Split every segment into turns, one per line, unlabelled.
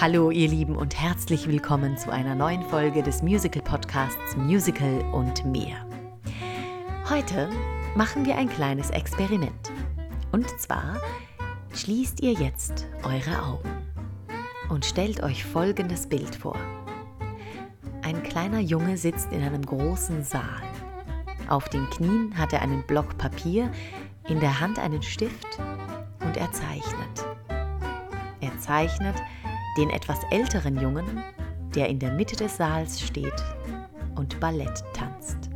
Hallo ihr Lieben und herzlich willkommen zu einer neuen Folge des Musical-Podcasts Musical und mehr. Heute machen wir ein kleines Experiment. Und zwar schließt ihr jetzt eure Augen und stellt euch folgendes Bild vor. Ein kleiner Junge sitzt in einem großen Saal. Auf den Knien hat er einen Block Papier, in der Hand einen Stift und er zeichnet. Er zeichnet den etwas älteren Jungen, der in der Mitte des Saals steht und Ballett tanzt.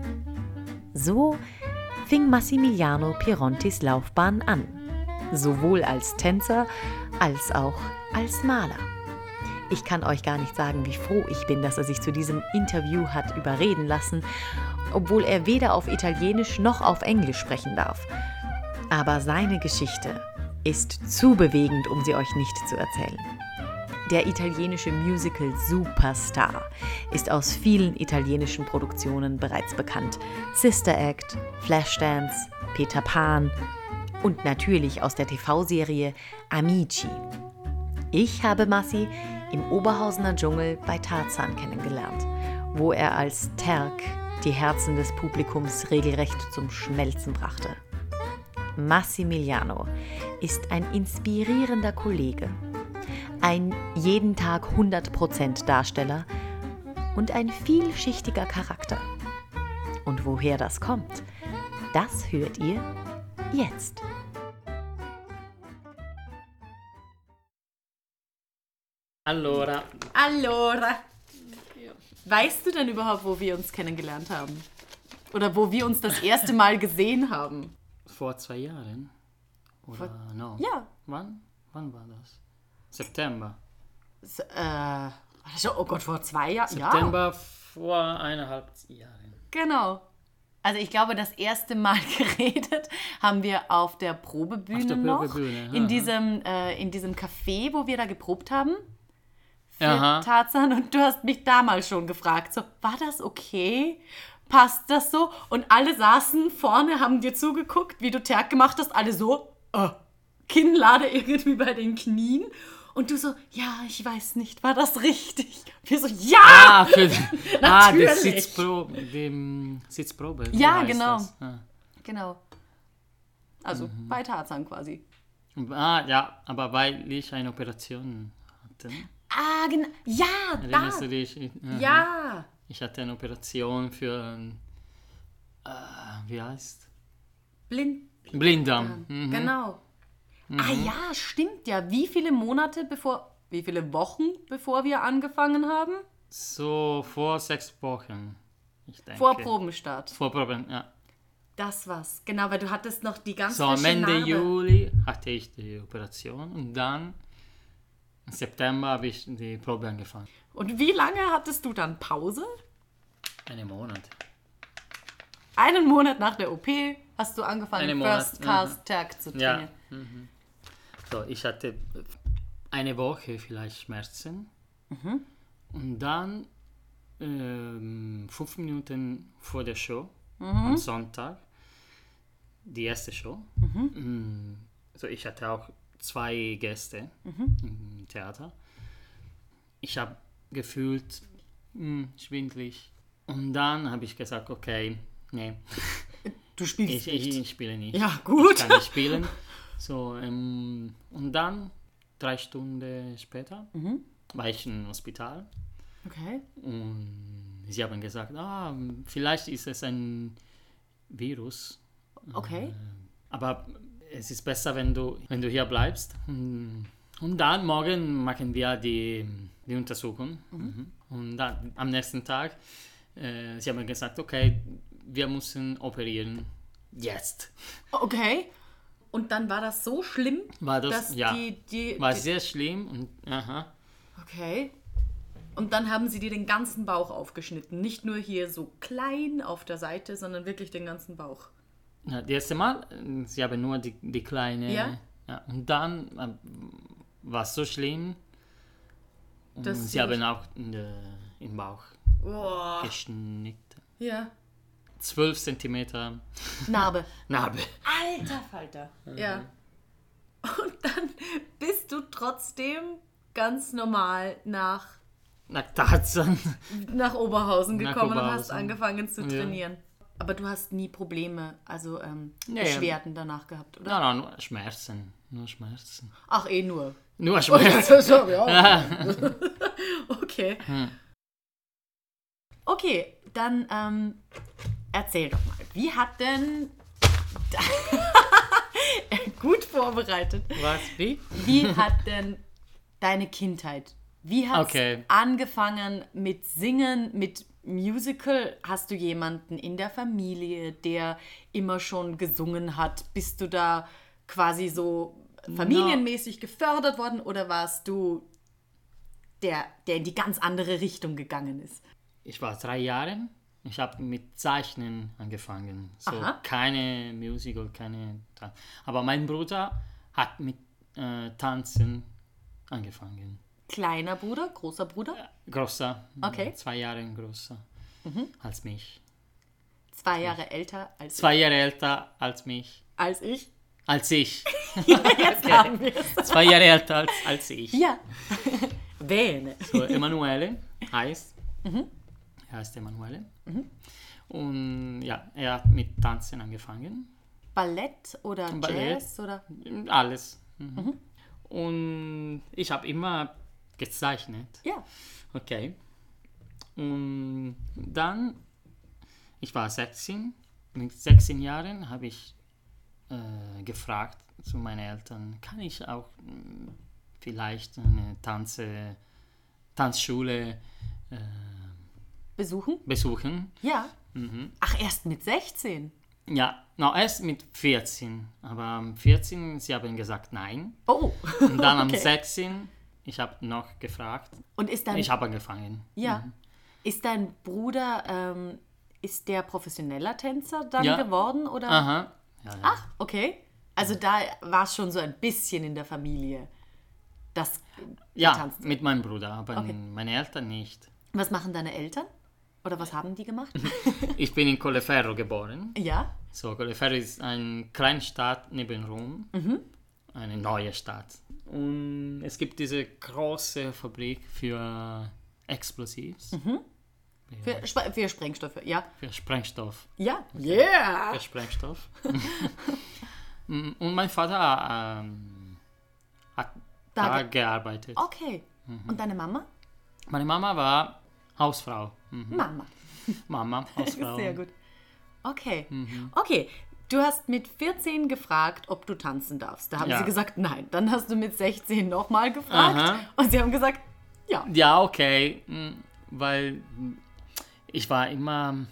So fing Massimiliano Pirontis Laufbahn an, sowohl als Tänzer als auch als Maler. Ich kann euch gar nicht sagen, wie froh ich bin, dass er sich zu diesem Interview hat überreden lassen, obwohl er weder auf Italienisch noch auf Englisch sprechen darf. Aber seine Geschichte ist zu bewegend, um sie euch nicht zu erzählen. Der italienische Musical-Superstar ist aus vielen italienischen Produktionen bereits bekannt. Sister Act, Flashdance, Peter Pan und natürlich aus der TV-Serie Amici. Ich habe Massi im Oberhausener Dschungel bei Tarzan kennengelernt, wo er als Terk die Herzen des Publikums regelrecht zum Schmelzen brachte. Massimiliano ist ein inspirierender Kollege, ein jeden Tag 100% Darsteller und ein vielschichtiger Charakter. Und woher das kommt, das hört ihr jetzt.
Allora,
Allora. Weißt du denn überhaupt, wo wir uns kennengelernt haben? Oder wo wir uns das erste Mal gesehen haben?
vor zwei Jahren? Oder no?
Ja.
Wann? Wann war das? September.
S äh, war das schon- oh Gott, vor zwei Jahren? Ja,
September vor eineinhalb Jahren.
genau. Also ich glaube, das erste Mal geredet haben wir auf der Probebühne
Auf der
noch.
Probebühne, aha.
in, diesem, äh, in diesem Café, wo wir da geprobt haben. Für
Aha.
Tarzan. Und du hast mich damals schon gefragt, so, war das okay? Passt das so? Und alle saßen vorne, haben dir zugeguckt, wie du Terk gemacht hast. Alle so, äh, Kinnlade irgendwie bei den Knien. Und du so, ja, ich weiß nicht, war das richtig? Wir so, ja!
Ah, für, ah die,
Natürlich.
Sitzpro dem Sitzprobe. wie
Ja,
heißt
genau.
das? Ah.
Genau. Also bei Tarzan quasi.
ah, ja, aber weil ich eine Operation hatte.
Ah, genau. Ja,
Erinnerst
da.
du dich? Ich, aha.
Ah. Ja.
ich hatte eine Operation für. ähm, Äh, wie heißt?
Blind.
Blinddarm. Mhm.
Genau. Ah ja, stimmt ja. Wie viele Monate bevor, wie viele Wochen bevor wir angefangen haben?
So vor sechs Wochen. Ich denke.
Vor Probenstart.
Vor Proben, ja.
Das war's. Genau, weil du hattest noch die ganze
So, am Ende
Narbe.
Juli hatte ich die Operation und dann im September habe ich die Probe angefangen.
Und wie lange hattest du dann Pause?
Einen Monat.
Einen Monat nach der OP hast du angefangen,
Einen Monat, mhm.
First Cast Tag zu
Ja. Mhm.
trainieren.
So, ich hatte eine Woche vielleicht Schmerzen und dann ähm, fünf Minuten vor der Show am Sonntag, die erste Show. mm, So, ich hatte auch zwei Gäste im Theater. Ich habe gefühlt mm, schwindlig und dann habe ich gesagt, okay, nee,
Du spielst
ich, ich, ich spiele nicht.
Ja, gut.
Ich kann nicht spielen. So, ähm, und dann, drei Stunden später, war ich im Hospital
Okay.
und sie haben gesagt, ah, vielleicht ist es ein Virus,
Okay.
aber es ist besser, wenn du, wenn du hier bleibst. Und und dann morgen machen wir die, die Untersuchung. Mhm. Und dann am nächsten Tag, äh, sie haben gesagt, okay, wir müssen operieren. Jetzt.
Okay. Und dann war das so schlimm,
War das,
dass
ja.
die, die,
War
die.
sehr schlimm und aha.
Okay. Und dann haben sie dir den ganzen Bauch aufgeschnitten. Nicht nur hier so klein auf der Seite, sondern wirklich den ganzen Bauch.
Ja, das erste Mal, äh, sie haben nur die, die kleine.
Ja.
ja, und dann ähm, war es so schlimm. Und
Das
sie
ist-
haben auch in der, im Bauch
Boah.
geschnitten.
Ja.
12 Zentimeter
Narbe.
Narbe.
Alter Falter. Ja. Und dann bist du trotzdem ganz normal nach,
Na, Tarzan.
nach Oberhausen
Nach
gekommen und hast
Oberhausen.
angefangen zu
Ja.
trainieren. Aber du hast nie Probleme, also ähm,
Nee.
Beschwerden danach gehabt, oder?
Nein, nein, nur Schmerzen. Nur Schmerzen.
Ach, eh nur.
Nur Schmerzen.
So, ja. okay. Okay, dann ähm, erzähl doch mal. Wie hat denn. Gut vorbereitet.
Was? Wie?
Wie hat denn deine Kindheit? Wie hat es
Okay.
angefangen mit Singen, mit Musical? Hast du jemanden in der Familie, der immer schon gesungen hat? Bist du da quasi so familienmäßig gefördert worden oder warst du der, der in die ganz andere Richtung gegangen ist?
Ich war drei Jahre. Ich habe mit Zeichnen angefangen. So
Aha.
keine Musical, keine Tan Aber mein Bruder hat mit äh, Tanzen angefangen.
Kleiner Bruder, großer Bruder,
Großer.
Okay. Mhm.
äh, Zwei Jahre größer als mich.
zwei Jahre älter als,
Zwei Jahre älter als mich.
als ich.
Als ich.
Jetzt haben wir es.
Zwei Jahre älter als, als ich.
Ja. Bene.
So, Emanuele heißt.
Mhm.
Er heißt Emanuele. Und ja, er hat mit Tanzen angefangen.
Ballett oder
Ballett.
Jazz oder
Alles. Mhm. Und ich habe immer gezeichnet.
ja.
Okay. Und dann, ich war 16. Mit 16 Jahren habe ich äh, gefragt zu meinen Eltern, kann ich auch mm, vielleicht eine Tanze, Tanzschule
besuchen?
besuchen?
Ja.
Mhm.
Ach, erst mit 16.
Ja, no, erst mit 14. Aber am 14, sie haben gesagt nein.
Oh.
Und dann am
Okay.
16, ich habe noch gefragt.
Und ist dein
Ich Mhm. habe angefangen.
ja, ist dein Bruder ähm, ist der professioneller Tänzer dann
Ja. Ah.
geworden oder?
Aha. Ja, ja.
Ach, okay. Also da war es schon so ein bisschen in der Familie. Das
Ja,
getanzt.
mit meinem Bruder, aber
Okay.
meine Eltern nicht.
Was machen deine Eltern? Oder was haben die gemacht?
Ich bin in Colleferro geboren.
ja.
So, Colleferro ist eine kleine Stadt neben Rom,
Mhm.
eine neue Stadt. Und es gibt diese große Fabrik für Explosivs,
Mhm. Für, Sp- für Sprengstoffe. Ja.
für Sprengstoff.
Ja. Yeah.
Für Sprengstoff. Mm, Und mein Vater ähm, hat
Da
da
ge- Oh.
gearbeitet.
Okay. Und deine Mama?
Meine Mama war Hausfrau. Mhm.
Mama.
Mama, Hausfrau.
Sehr gut. Okay.
Mhm.
Okay. Du hast mit 14 gefragt, ob du tanzen darfst. Da haben
Ja.
sie gesagt, nein. Dann hast du mit 16 nochmal gefragt
Aha.
und sie haben gesagt, ja.
Ja, okay, mm, weil ich war immer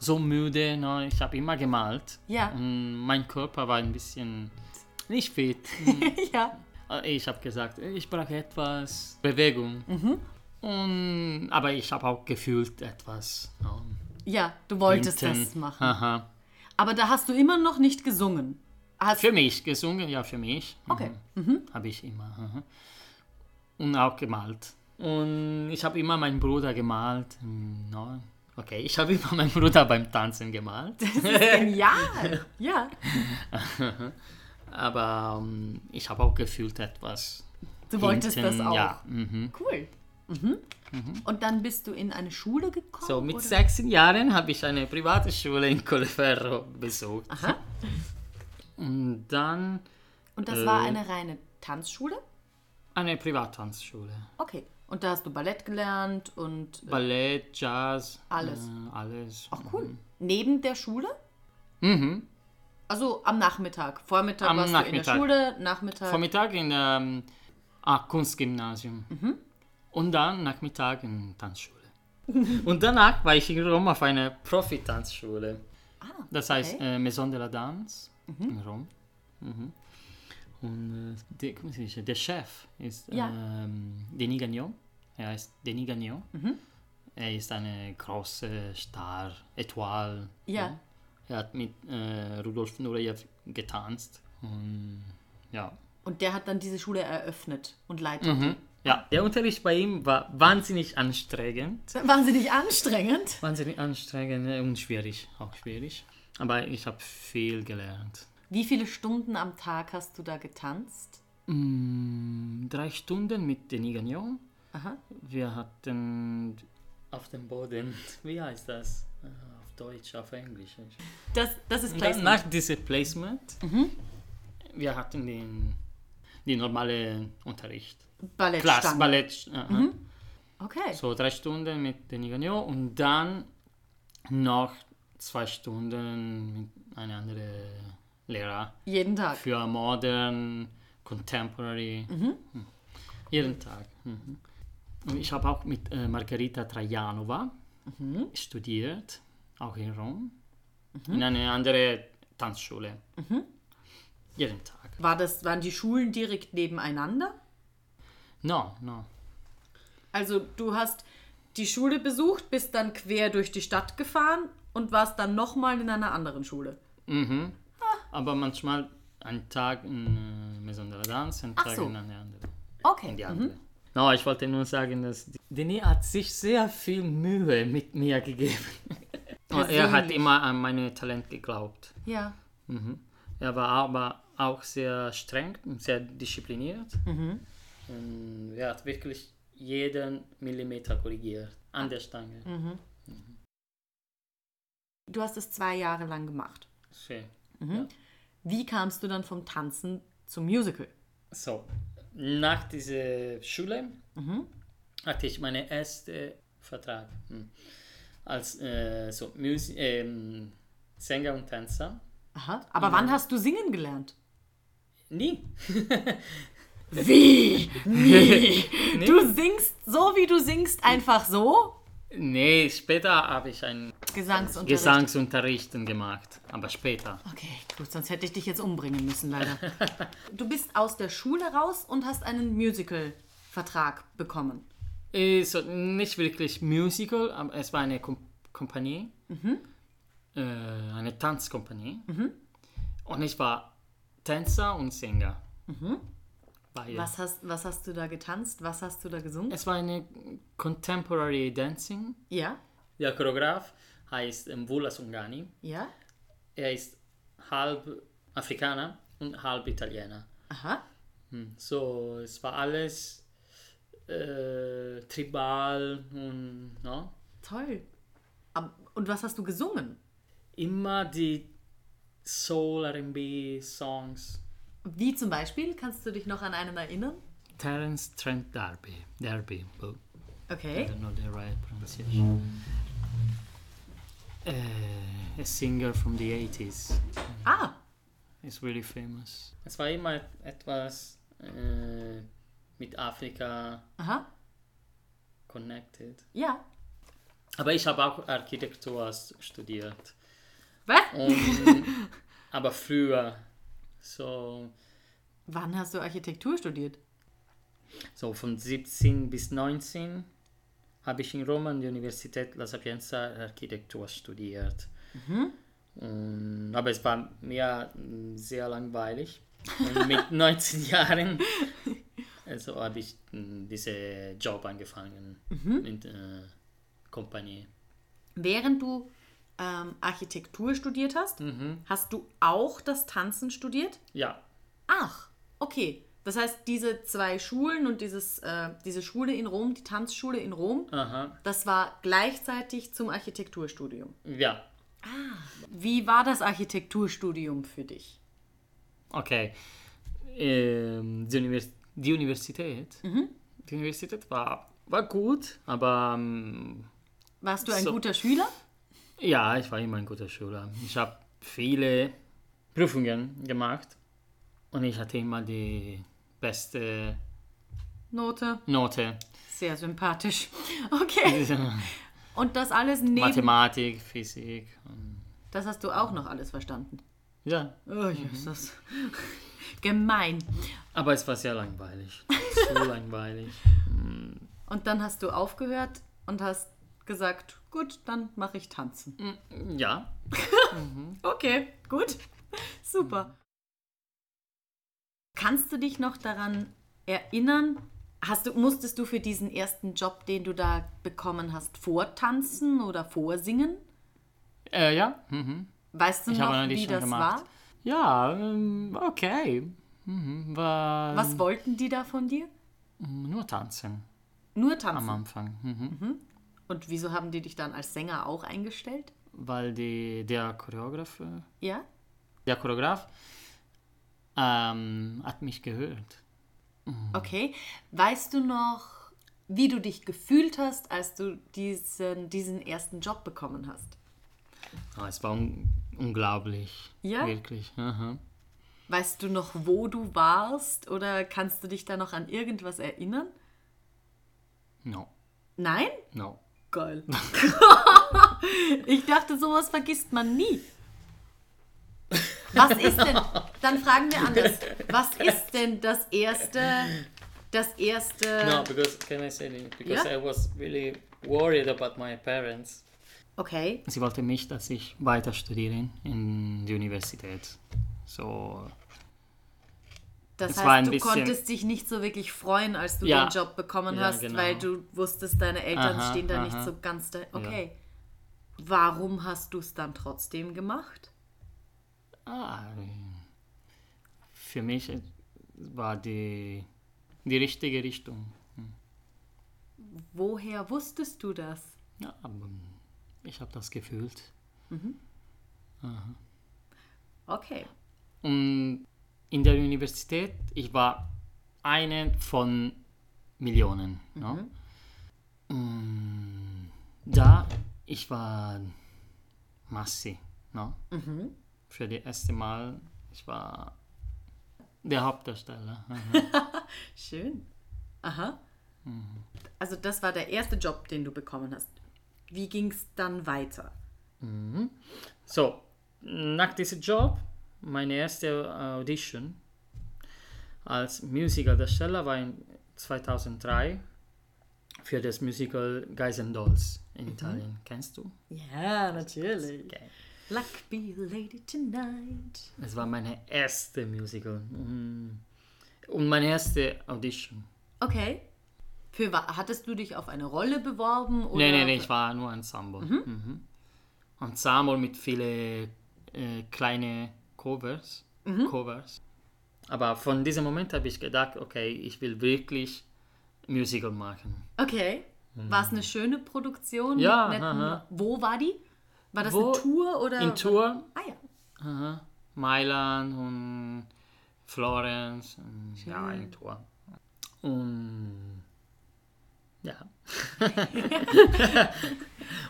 so müde, ne? ich habe immer gemalt.
Ja.
Und mein Körper war ein bisschen nicht fit. Äh,
ja.
ich habe gesagt, ich brauche etwas Bewegung. Und, aber ich habe auch gefühlt etwas. ne?
Ja, du wolltest
Hinten.
das machen.
Aha.
Aber da hast du immer noch nicht gesungen. Hast,
Für mich, gesungen, ja, für mich.
Okay.
Habe ich immer. aha. Und auch gemalt. Und ich habe immer meinen Bruder gemalt. Hm, No. Okay, ich habe immer meinen Bruder beim Tanzen gemalt.
genial. ja.
Aber ähm, ich habe auch gefühlt etwas.
Du wolltest
hinten,
das auch.
Ja. mhm.
Cool. Mhm. Und dann bist du in eine Schule gekommen?
So, mit
oder?
16 Jahren habe ich eine private Schule in Colleferro besucht. Und dann
Und das war
äh,
eine reine Tanzschule?
eine Privattanzschule.
Okay. Und da hast du Ballett gelernt und äh,
Ballett, Jazz.
Alles.
Äh, alles. Mhm.
Ach cool. Neben der Schule? Also am Nachmittag. Vormittag
Am
warst
Nachmittag.
du in der Schule, Nachmittag.
Vormittag Äh, in ähm, ah, Kunstgymnasium.
Mhm.
Und dann Nachmittag in Tanzschule. Und danach war ich in Rom auf einer Profi-Tanzschule. das heißt
Ah, okay.
äh, Maison de la Danse in Rom. Mhm. Und äh, der, come si dice? der Chef ist
Ja.
ähm, Denis Gagnon. Er heißt Denis Gagnon.
Mhm.
Er ist eine große Star, Etoile.
Ja.
Er hat mit äh, Rudolf Nureyev getanzt. Und ja,
Und der hat dann diese Schule eröffnet und leitet.
Mhm. ja, der Unterricht bei ihm war wahnsinnig anstrengend.
Wahnsinnig anstrengend.
Wahnsinnig anstrengend ne, und schwierig, auch schwierig. Aber ich habe viel gelernt.
Wie viele Stunden am Tag hast du da getanzt?
drei Stunden mit den Ignion.
Aha.
Wir hatten auf dem Boden, wie heißt das? Äh, Auf Deutsch, auf Englisch.
Das, das ist Placement.
Nach diesem Placement, wir hatten den, den normalen Unterricht. Klass,
Ballettstangen.
Ballett. äh, aha.
Okay.
So drei Stunden mit den Ignion und dann noch zwei Stunden mit einer anderen Lehrer
Jeden Tag.
für Modern, Contemporary.
Mhm.
Hm. Jeden Tag. Mhm. Und ich habe auch mit äh, Margarita Trajanova
Mhm.
studiert, auch in Rom, in einer anderen Tanzschule.
Mhm.
Jeden Tag.
War das, waren die Schulen direkt nebeneinander?
No, no.
Also du hast die Schule besucht, bist dann quer durch die Stadt gefahren und warst dann nochmal in einer anderen Schule.
Aber manchmal ein Tag in äh, Maison de la Danse, ein
Ach
Tag
so.
in eine andere.
Okay. Mhm.
Die andere. No, ich wollte nur sagen, dass die- Mhm. Denis hat sich sehr viel Mühe mit mir gegeben. Oh, er hat
Persönlich.
immer an mein Talent geglaubt. Mhm.
Ja.
Er war aber auch sehr streng und sehr diszipliniert.
Mhm.
Und Ähm, er hat wirklich jeden Millimeter korrigiert an der Stange.
Du hast es zwei Jahre lang gemacht.
Schön.
Wie kamst du dann vom Tanzen zum Musical?
So, nach dieser Schule Mhm. hatte ich meinen ersten Vertrag hm, als äh, so, Musi ähm, Sänger und Tänzer.
Aha. Aber wann hast du singen gelernt?
Nie.
Wie? Nie. Du singst so, wie du singst, einfach so?
Nee, später habe ich einen
Gesangsunterricht.
Gesangsunterrichten gemacht, aber später.
Okay, gut, sonst hätte ich dich jetzt umbringen müssen, leider. du bist aus der Schule raus und hast einen Musical-Vertrag bekommen.
Äh, So, nicht wirklich Musical, aber es war eine Kom Kompanie,
Mhm.
äh, eine Tanzkompanie. Und ich war Tänzer und Sänger. Beides.
Mhm. Was hast, was hast du da getanzt? Was hast du da gesungen?
Es war eine Contemporary Dancing.
Ja,
Der Choreograf heißt Mvula Sungani.
ja,
Er ist halb Afrikaner und halb Italiener.
aha.
So, es war alles äh, tribal und ne? no?
Toll. Ab- Und was hast du gesungen?
immer die Soul R&B Songs.
Wie zum Beispiel? Kannst du dich noch an einen erinnern?
Terence Trent D'Arby. D'Arby. Oh, I
Okay.
don't know the right pronunciation. Uh, a singer from the 80s.
Ah,
It's really famous. Es war immer etwas äh, mit Afrika
aha,
connected.
ja.
Aber ich habe auch Architektur studiert.
Was?
Und, aber früher, so,
Wann hast du Architektur studiert?
so von 17 bis 19, habe ich in Rom an der Universität La Sapienza Architektur studiert. Und, aber es war mir mm, sehr langweilig. Und mit 19 Jahren also habe ich mm, diesen Job angefangen mit äh, Kompanie.
Während du ähm, Architektur studiert hast, hast du auch das Tanzen studiert?
Ja,
Ach, okay. Das heißt, diese zwei Schulen und dieses, äh, diese Schule in Rom, die Tanzschule in Rom,
aha,
das war gleichzeitig zum Architekturstudium.
ja.
Wie war das Architekturstudium für dich?
Okay. Ähm, die, Univers die Universität. Die Universität war, war gut, aber ähm,
Warst du ein
So.
guter Schüler?
ja, ich war immer ein guter Schüler. Ich habe viele Prüfungen gemacht und ich hatte immer die beste
Note.
Note.
Sehr sympathisch. Okay. Und das alles neben.
Mathematik, Physik. Und,
Das hast du auch noch alles verstanden.
ja,
Oh,
Mhm.
Jesus. Gemein.
aber es war sehr langweilig. Zu langweilig.
Und dann hast du aufgehört und hast gesagt, gut, dann mache ich tanzen.
Hm, Ja,
Okay, gut. Super.
Mhm.
Kannst du dich noch daran erinnern? Hast du, musstest du für diesen ersten Job, den du da bekommen hast, vortanzen oder vorsingen?
äh, ja. Mhm.
Weißt du
Ich habe
noch,
natürlich
wie
schon
das
gemacht.
war?
Ja, ähm, okay. war
Was wollten die da von dir?
nur tanzen
Nur
am
tanzen.
Anfang. Mhm.
Und wieso haben die dich dann als Sänger auch eingestellt?
Weil die, der Choreograf, äh,
Ja?
der Choreograf ähm, hat mich gehört.
Okay. Weißt du noch, wie du dich gefühlt hast, als du diesen, diesen ersten Job bekommen hast?
Ah, es war un unglaublich.
Ja?
Wirklich. Aha.
Weißt du noch, wo du warst oder kannst du dich da noch an irgendwas erinnern?
No,
Nein?
no.
Geil. ich dachte, sowas vergisst man nie. Was ist denn, dann fragen wir anders, was ist denn das erste, das erste,
because can I say it?
Because Yeah?
I was really worried about my parents.
okay,
Sie wollte mich, dass ich weiter studiere in die Universität. So,
das
Es war
heißt,
ein
du
bisschen-
konntest dich nicht so wirklich freuen, als du
Ja.
den Job bekommen
Ja,
hast,
genau.
weil du wusstest, deine Eltern
Aha,
stehen da nicht
aha.
so ganz, da, okay. Warum hast du es dann trotzdem gemacht?
ah, für mich äh, war die, die richtige Richtung.
Woher wusstest du das?
Ja, aber ich habe das gefühlt.
Okay,
Und in der Universität, ich war eine von Millionen. Ne? Und da, ich war Massi. Ne? Für das erste Mal, ich war der Hauptdarsteller.
Schön. Aha.
Mhm.
Also das war der erste Job, den du bekommen hast. Wie ging es dann weiter?
So, nach diesem Job, meine erste Audition als Musicaldarsteller war in 2003 für das Musical Guys and Dolls in Italien. Kennst du?
Ja, natürlich. Luck be a lady tonight.
Es war meine erste Musical mm, und meine erste Audition.
Okay. Für wa- hattest du dich auf eine Rolle beworben? Oder?
Nein, nein, nein, ich war nur Ensemble. Mhm. Ensemble mit vielen äh, kleinen Covers,
Mhm.
Covers. Aber von diesem Moment habe ich gedacht, okay, ich will wirklich Musical machen.
Okay. War es eine schöne Produktion?
Mhm. Ja,
Mit netten,
aha.
Wo war die? War das
Wo?
eine Tour oder?
In Tour,
Ah ja.
aha, Mailand und Florence. Und, ja, in Tour. Und ja.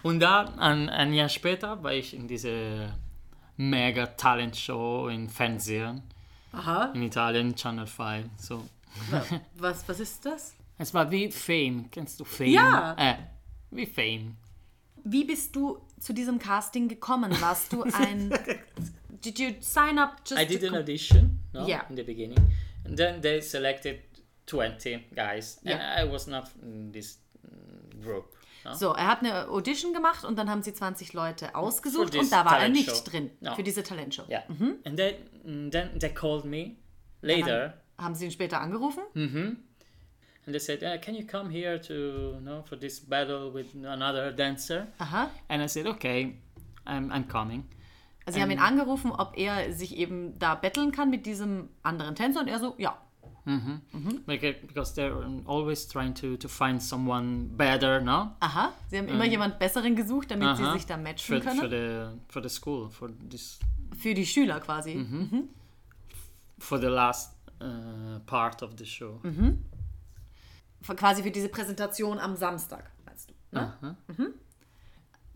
und da, ein, ein Jahr später, war ich in diese mega Talent Show im Fernsehen
Aha.
in Italien, Channel 5. So.
Was, was ist das?
Es war wie Fame. Kennst du Fame?
Ja.
Äh, wie Fame.
Wie bist du zu diesem Casting gekommen? Warst du ein? Did you sign up just
I
to
did an
com-
audition, no,
Yeah.
in the beginning, and then they selected twenty guys, and
Yeah.
I was not in this mm, group. No?
So, er hat eine Audition gemacht und dann haben sie 20 Leute ausgesucht
Für
und
diese
da war er
Talentshow.
nicht drin
Ja.
für diese Talentshow.
Yeah, and then mm, then they called me later,
Haben sie ihn später angerufen?
Hm. and they said, uh, "Can you come here to you know for this battle with another dancer?"
Aha.
And I said, "Okay, I'm I'm coming."
Also sie haben
Ähm.
ihn angerufen, ob er sich eben da betteln kann mit diesem anderen Tänzer und er so, ja.
Beca- Because they're um, always trying to, to find someone better, no?
Aha. Sie haben immer jemand Besseren gesucht, damit sie
Ähm. Aha.
sich da matchen
For,
können.
for the for the school for this
für die Schüler quasi.
Mhm. for the last uh, part of the show.
Mm-hmm. Für, quasi für diese Präsentation am Samstag, meinst du? Ne?
Uh-huh.
Mhm.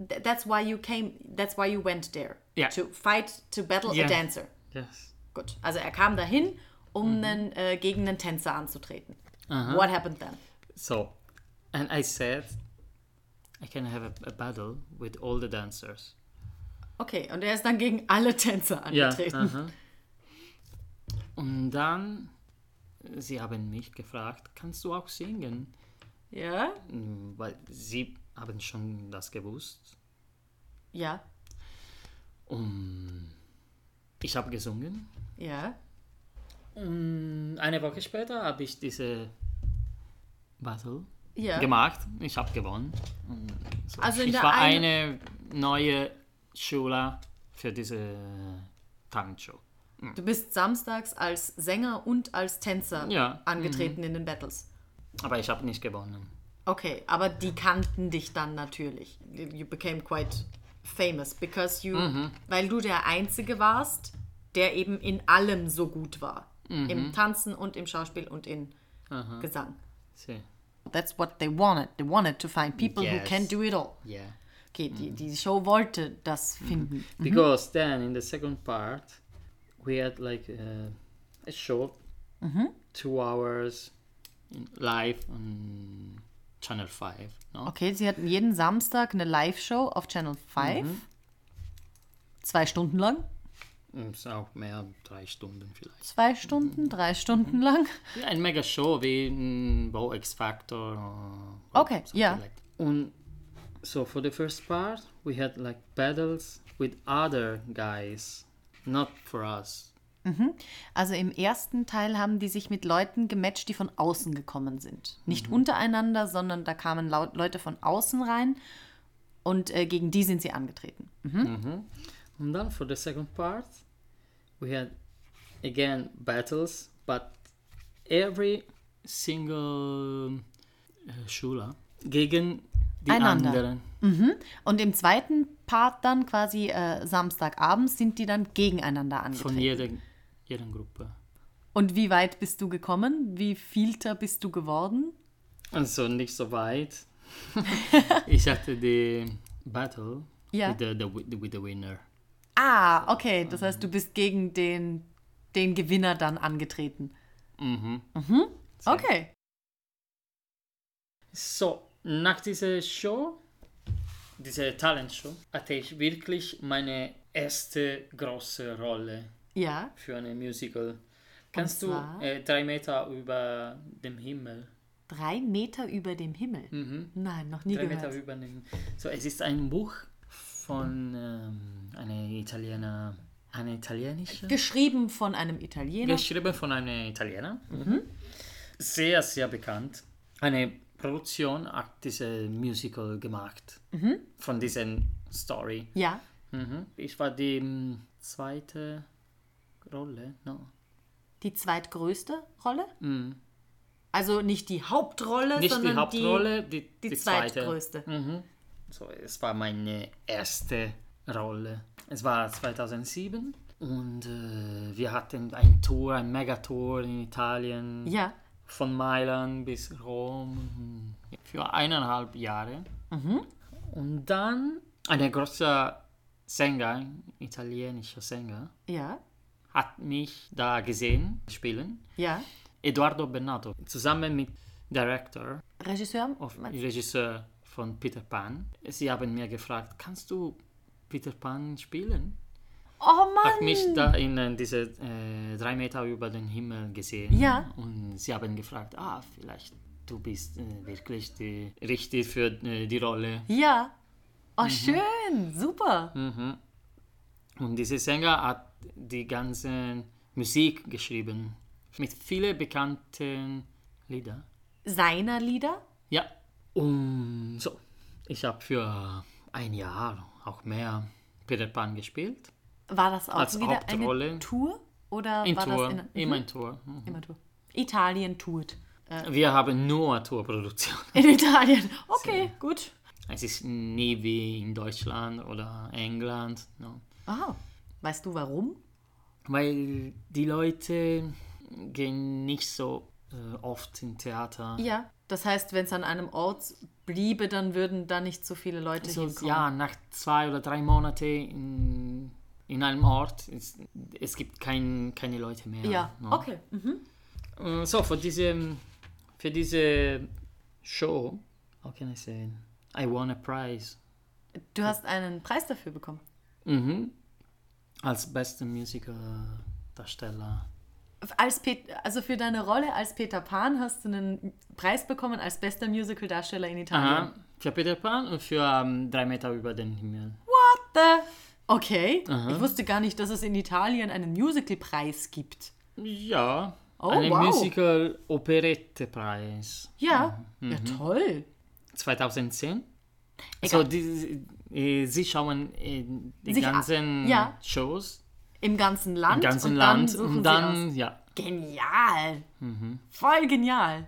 Th- That's why you came, that's why you went there.
Ja.
To fight, to battle a
Ja.
dancer.
Yes.
Gut, also er kam dahin, um
Mhm.
einen, äh, gegen einen Tänzer anzutreten. What happened then?
So, and I said, I can have a, a battle with all the dancers.
Okay, und er ist dann gegen alle Tänzer angetreten.
aha. Und dann, sie haben mich gefragt, kannst du auch singen?
Ja?
Mm, Weil sie haben schon das gewusst.
Ja,
Und ich habe gesungen.
ja.
Und eine Woche später habe ich diese Battle
Ja.
gemacht. Ich habe gewonnen. So,
Also in
ich
der
war
einen-
äh, eine neue Schüler für diese Tanzshow.
Du bist samstags als Sänger und als Tänzer
Ja. Mhm.
angetreten in den Battles.
Aber ich habe nicht gewonnen.
Okay, aber die kannten dich dann natürlich. You became quite famous because you, weil du der Einzige warst, der eben in allem so gut war. Im Tanzen und im Schauspiel und in Gesang.
See.
That's what they wanted. They wanted to find people who
Yes.
can do it all.
Yeah.
Okay, die, die Show wollte das finden.
Because then in the second part, we had like uh, a show,
Mhm.
two hours in- live on Channel 5. No?
Okay, sie hatten jeden Samstag eine Live-Show auf Channel 5. Zwei Stunden lang?
Und es auch mehr, drei Stunden vielleicht.
Zwei Stunden? Drei Stunden lang?
Ja, ein Eh, mega Show wie mm, Bo X Factor. Or,
Okay,
something
yeah.
Like that. Und so for the first part, we had like battles with other guys, not for us.
Also im ersten Teil haben die sich mit Leuten gematcht, die von außen gekommen sind. Nicht
Mhm.
untereinander, sondern da kamen laut Leute von außen rein und äh, gegen die sind sie angetreten.
And then for the second part, we had again battles, but every single äh, Schüler gegen die
Einander.
anderen.
Und im zweiten Part dann quasi äh, Samstagabends sind die dann gegeneinander
Von
angetreten.
jeder, jeder Gruppe.
Und wie weit bist du gekommen? Wie vielter bist du geworden?
Also nicht so weit. ich hatte die Battle
Ja.
with, the, the, wi- with the winner.
Ah, okay. Das heißt, du bist gegen den, den Gewinner dann angetreten.
Mhm.
Okay.
So, nach dieser Show, dieser Talentshow, hatte ich wirklich meine erste große Rolle
Ja.
für eine Musical. Kannst du
zwar?
äh, drei Meter über dem Himmel? Mhm,
Drei Meter über dem Himmel. Nein, noch nie
Hm. Drei
gehört.
Meter über dem So, es ist ein Buch von ähm, einer Italiener, eine italienische,
Geschrieben von einem Italiener.
geschrieben von einem Italiener. Sehr, sehr bekannt. Eine Produktion hat diese e Musical gemacht von diesen Story.
ja.
Mhm. Ich war die ähm, zweite Rolle, no.
Die zweitgrößte Rolle? Also nicht die Hauptrolle,
Hm. Nicht
sondern
die Hauptrolle, die,
die,
die, zweite. Hm.
zweitgrößte.
So, es war meine erste Rolle. Es war 2007 und äh, wir hatten ein Tour, ein Megatour in Italien,
Ja.
von Mailand bis Rom, mhm. für eineinhalb Jahre. Und dann ein großer Sänger, italienischer Sänger,
Ja.
hat mich da gesehen spielen.
Ja.
Eduardo Bennato, zusammen mit Director
Regisseur?
auf
meinst-
Regisseur von Peter Pan. Sie haben mir gefragt, kannst du Peter Pan spielen?
Oh Mann!
Hat mich da in äh, diese äh, drei Meter über den Himmel gesehen.
Ja.
Und sie haben gefragt, ah, vielleicht du bist äh, wirklich die, richtig für äh, die Rolle.
Ja.
Mhm.
Oh, schön. Super.
Hm. Und dieser Sänger hat die ganze Musik geschrieben. Mit vielen bekannten Liedern.
Seiner Lieder?
Ja. Und so, ich habe für ein Jahr, auch mehr, Peter Pan gespielt.
War das auch
Als
wieder eine
Hauptrolle.
Tour? Oder
In
war
Tour,
das in,
immer in Tour. Mhm.
immer Tour? Italien tourt.
Wir haben nur Tourproduktion.
In Italien. Okay, gut.
Es ist nie wie in Deutschland oder England. No.
Aha. Weißt du warum?
Weil die Leute gehen nicht so äh, oft in Theater.
Ja, das heißt, wenn es an einem Ort bliebe, dann würden da nicht so viele Leute
So,
hinkommen.
ja, nach zwei oder drei Monaten in, in einem Ort, es, es gibt kein, keine Leute mehr.
ja.
no.
okay. Mhm.
Mm, So, für diese, für diese Show, how can I say? it? I won a prize.
Du hast einen Preis dafür bekommen.
Mhm. Als bester Musical-Darsteller.
Als Pet also für deine Rolle als Peter Pan hast du einen Preis bekommen als bester Musical-Darsteller in Italien.
Aha. Für Peter Pan und für ähm, drei Meter über den Himmel.
What the? Okay. Ich wusste gar nicht, dass es in Italien einen Musical-Preis gibt.
Ja.
Oh,
Eine
wow.
Musical-Operette-Preis.
Ja. Ja, Mhm. toll.
2010.
Egal.
So, die, äh, sie schauen äh, die
Sich a-
ganzen
ja.
Shows
im ganzen Land.
im ganzen
und Dann Mhm.
Land.
suchen
und
sie aus.
dann, ja.
Genial. Voll genial.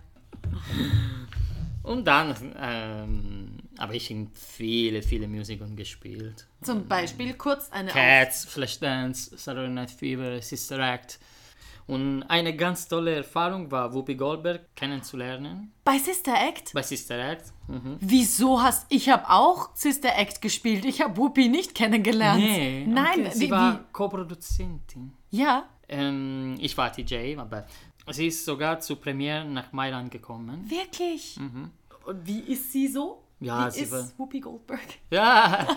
Und dann ähm, habe ich in viele, viele Musicals gespielt.
Zum Beispiel kurz eine
Cats, Flashdance, Saturday Night Fever, Sister Act. Und eine ganz tolle Erfahrung war, Whoopi Goldberg kennenzulernen
Auf bei Sister Act.
bei Sister Act. Mhm.
Wieso hast ich habe auch Sister Act gespielt? Ich habe Whoopi nicht kennengelernt. Nein,
okay, sie
wie,
war Co-Produzentin.
wie, ja.
Ähm, ich war TJ, aber sie ist sogar zur Premiere nach Mailand gekommen.
Wirklich? Und wie ist sie so?
Mhm. Ja,
wie
sie
ist
war-
Whoopi Goldberg?
Ja,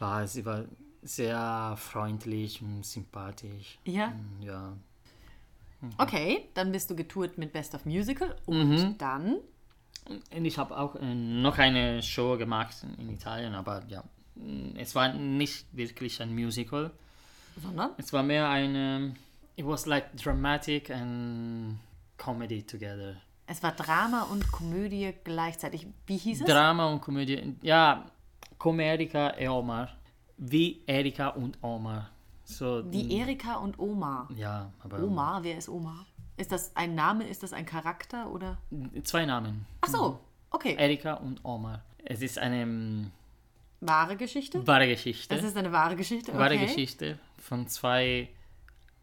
war, sie war sehr freundlich und sympathisch.
Ja.
Ja,
Okay, dann bist du getourt mit Best of Musical und
Mhm.
dann
Und ich habe auch äh, noch eine Show gemacht in Italien, aber ja, mm, es war nicht wirklich ein Musical.
sondern
Es war mehr eine, it was like dramatic and comedy together.
es war Drama und Komödie gleichzeitig. Wie hieß es?
Drama und Komödie, ja, come Erika e Omar, wie Erika und Omar. So,
Die Erika und Oma.
ja, aber
Oma, wer ist Oma? Ist das ein Name, ist das ein Charakter oder?
zwei Namen,
Ach so, okay.
Erika und Omar. Es ist eine mm,
Wahre Geschichte?
wahre Geschichte,
Das ist eine wahre Geschichte. Okay.
wahre Geschichte von zwei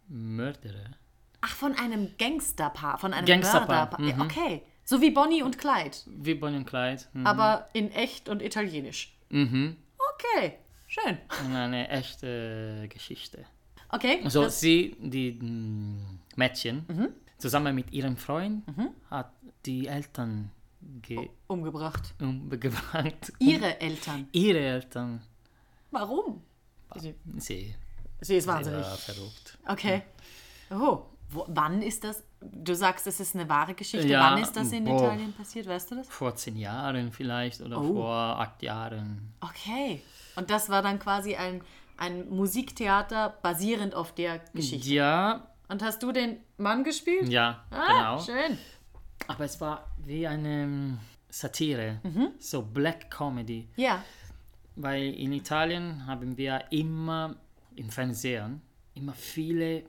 Mörderer.
Ach, von einem Gangsterpaar, von einem
Gangsterpaar,
Mörderpaar.
Mhm.
Ja, Okay, so wie Bonnie und Clyde,
Wie Bonnie und Clyde. Mhm.
aber in echt und italienisch. Okay, schön.
Und eine echte Geschichte.
Okay,
Also
das, Mhm.
sie, die mm, Mädchen, zusammen mit ihrem Freund, hat die Eltern ge
umgebracht.
umgebracht.
Ihre Eltern.
Ihre Eltern.
Warum?
Sie,
Sie ist
sie
wahnsinnig.
war verrückt.
Okay. Oh, wo, wann ist das? Du sagst, es ist eine wahre Geschichte.
Ja,
wann ist das in
boah.
Italien passiert? Weißt du das?
Vor zehn Jahren vielleicht oder
Oh.
vor acht Jahren.
Okay. Und das war dann quasi ein, ein Musiktheater basierend auf der Geschichte.
Ja,
Und hast du den Mann gespielt?
Mhm. ja,
Ah,
genau.
schön.
Aber es war wie eine mm, Satire,
Mhm.
so Black Comedy.
Ja.
Weil in Italien haben wir immer im Fernsehen immer viele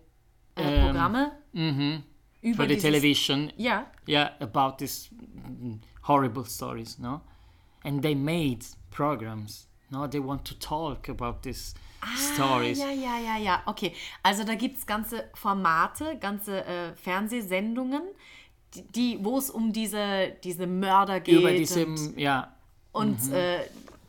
Ähm,
Äh, Programme
mhm.
über
for the
dieses,
television
Ja,
yeah about these mm, horrible stories no and they made programs no they want to talk about these
Ah,
stories
ja, ja, ja, ja. Okay, also da gibt es ganze Formate, ganze äh, Fernsehsendungen, die, die, wo es um diese, diese Mörder geht.
über diese mhm.
und-
mm, ja
Und äh,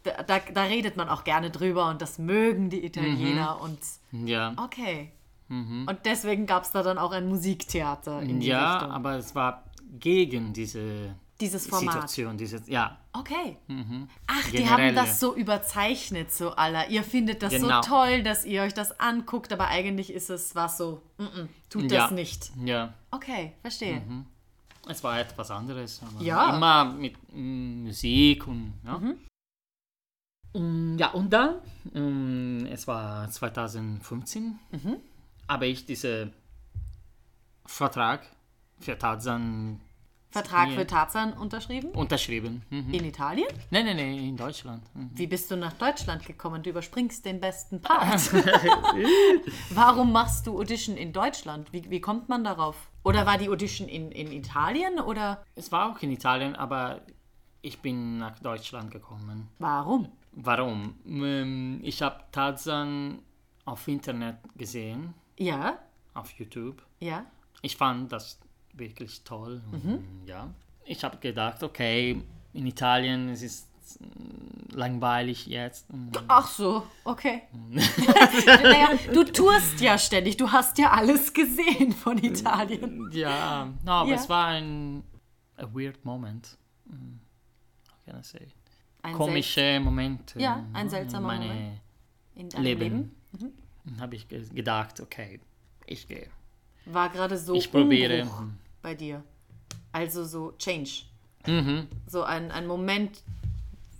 da, da, da redet man auch gerne drüber und das mögen die Italiener
Mhm.
und
ja
okay. Und deswegen gab es da dann auch ein Musiktheater in die
Mhm. ja
Richtung.
aber es war gegen diese
Dieses Format.
Situation dieses ja
Okay. Ach, die
Mhm. Generelle.
haben das so überzeichnet, so aller. Ihr findet das
Genau.
so toll, dass ihr euch das anguckt, aber eigentlich ist es was so, mm -mm, tut
ja Mhm.
das nicht.
ja
Okay, verstehe.
es war etwas anderes aber
Ja. Mhm.
immer mit mm, Musik und ja
Mm,
Und ja, und dann, ähm, es war 2015, habe ich diesen Vertrag für Tarzan
Vertrag
mir
für Tarzan unterschrieben
unterschrieben. Mhm.
in Italien.
Nein, nein, nein, in Deutschland. Mhm.
Wie bist du nach Deutschland gekommen? Du überspringst den besten Part. Warum machst du Audition in Deutschland? Wie, wie kommt man darauf? Oder war die Audition in, in Italien? Oder
Es war auch in Italien, aber ich bin nach Deutschland gekommen.
warum?
Warum? Ähm, Ich habe Tarzan auf Internet gesehen,
Ja,
auf YouTube.
ja.
ich fand das wirklich toll. Und, Ja. Ich habe gedacht, okay, in Italien es ist mm, langweilig jetzt. Und
Ach so, okay. naja, du tourst ja ständig. Du hast ja alles gesehen von Italien.
Ja, no, aber
Ja.
es war ein a weird moment. Mm, How can I say?
Ein
Komische Momente.
Ja,
mm,
ein seltsamer
in meine
Moment. Sel- in deinem
Leben. Mhm. Dann habe ich ge- gedacht, okay, ich gehe.
War gerade so
Ich probiere.
Umbruch bei dir. Also so Change.
Mhm.
So ein, ein Moment,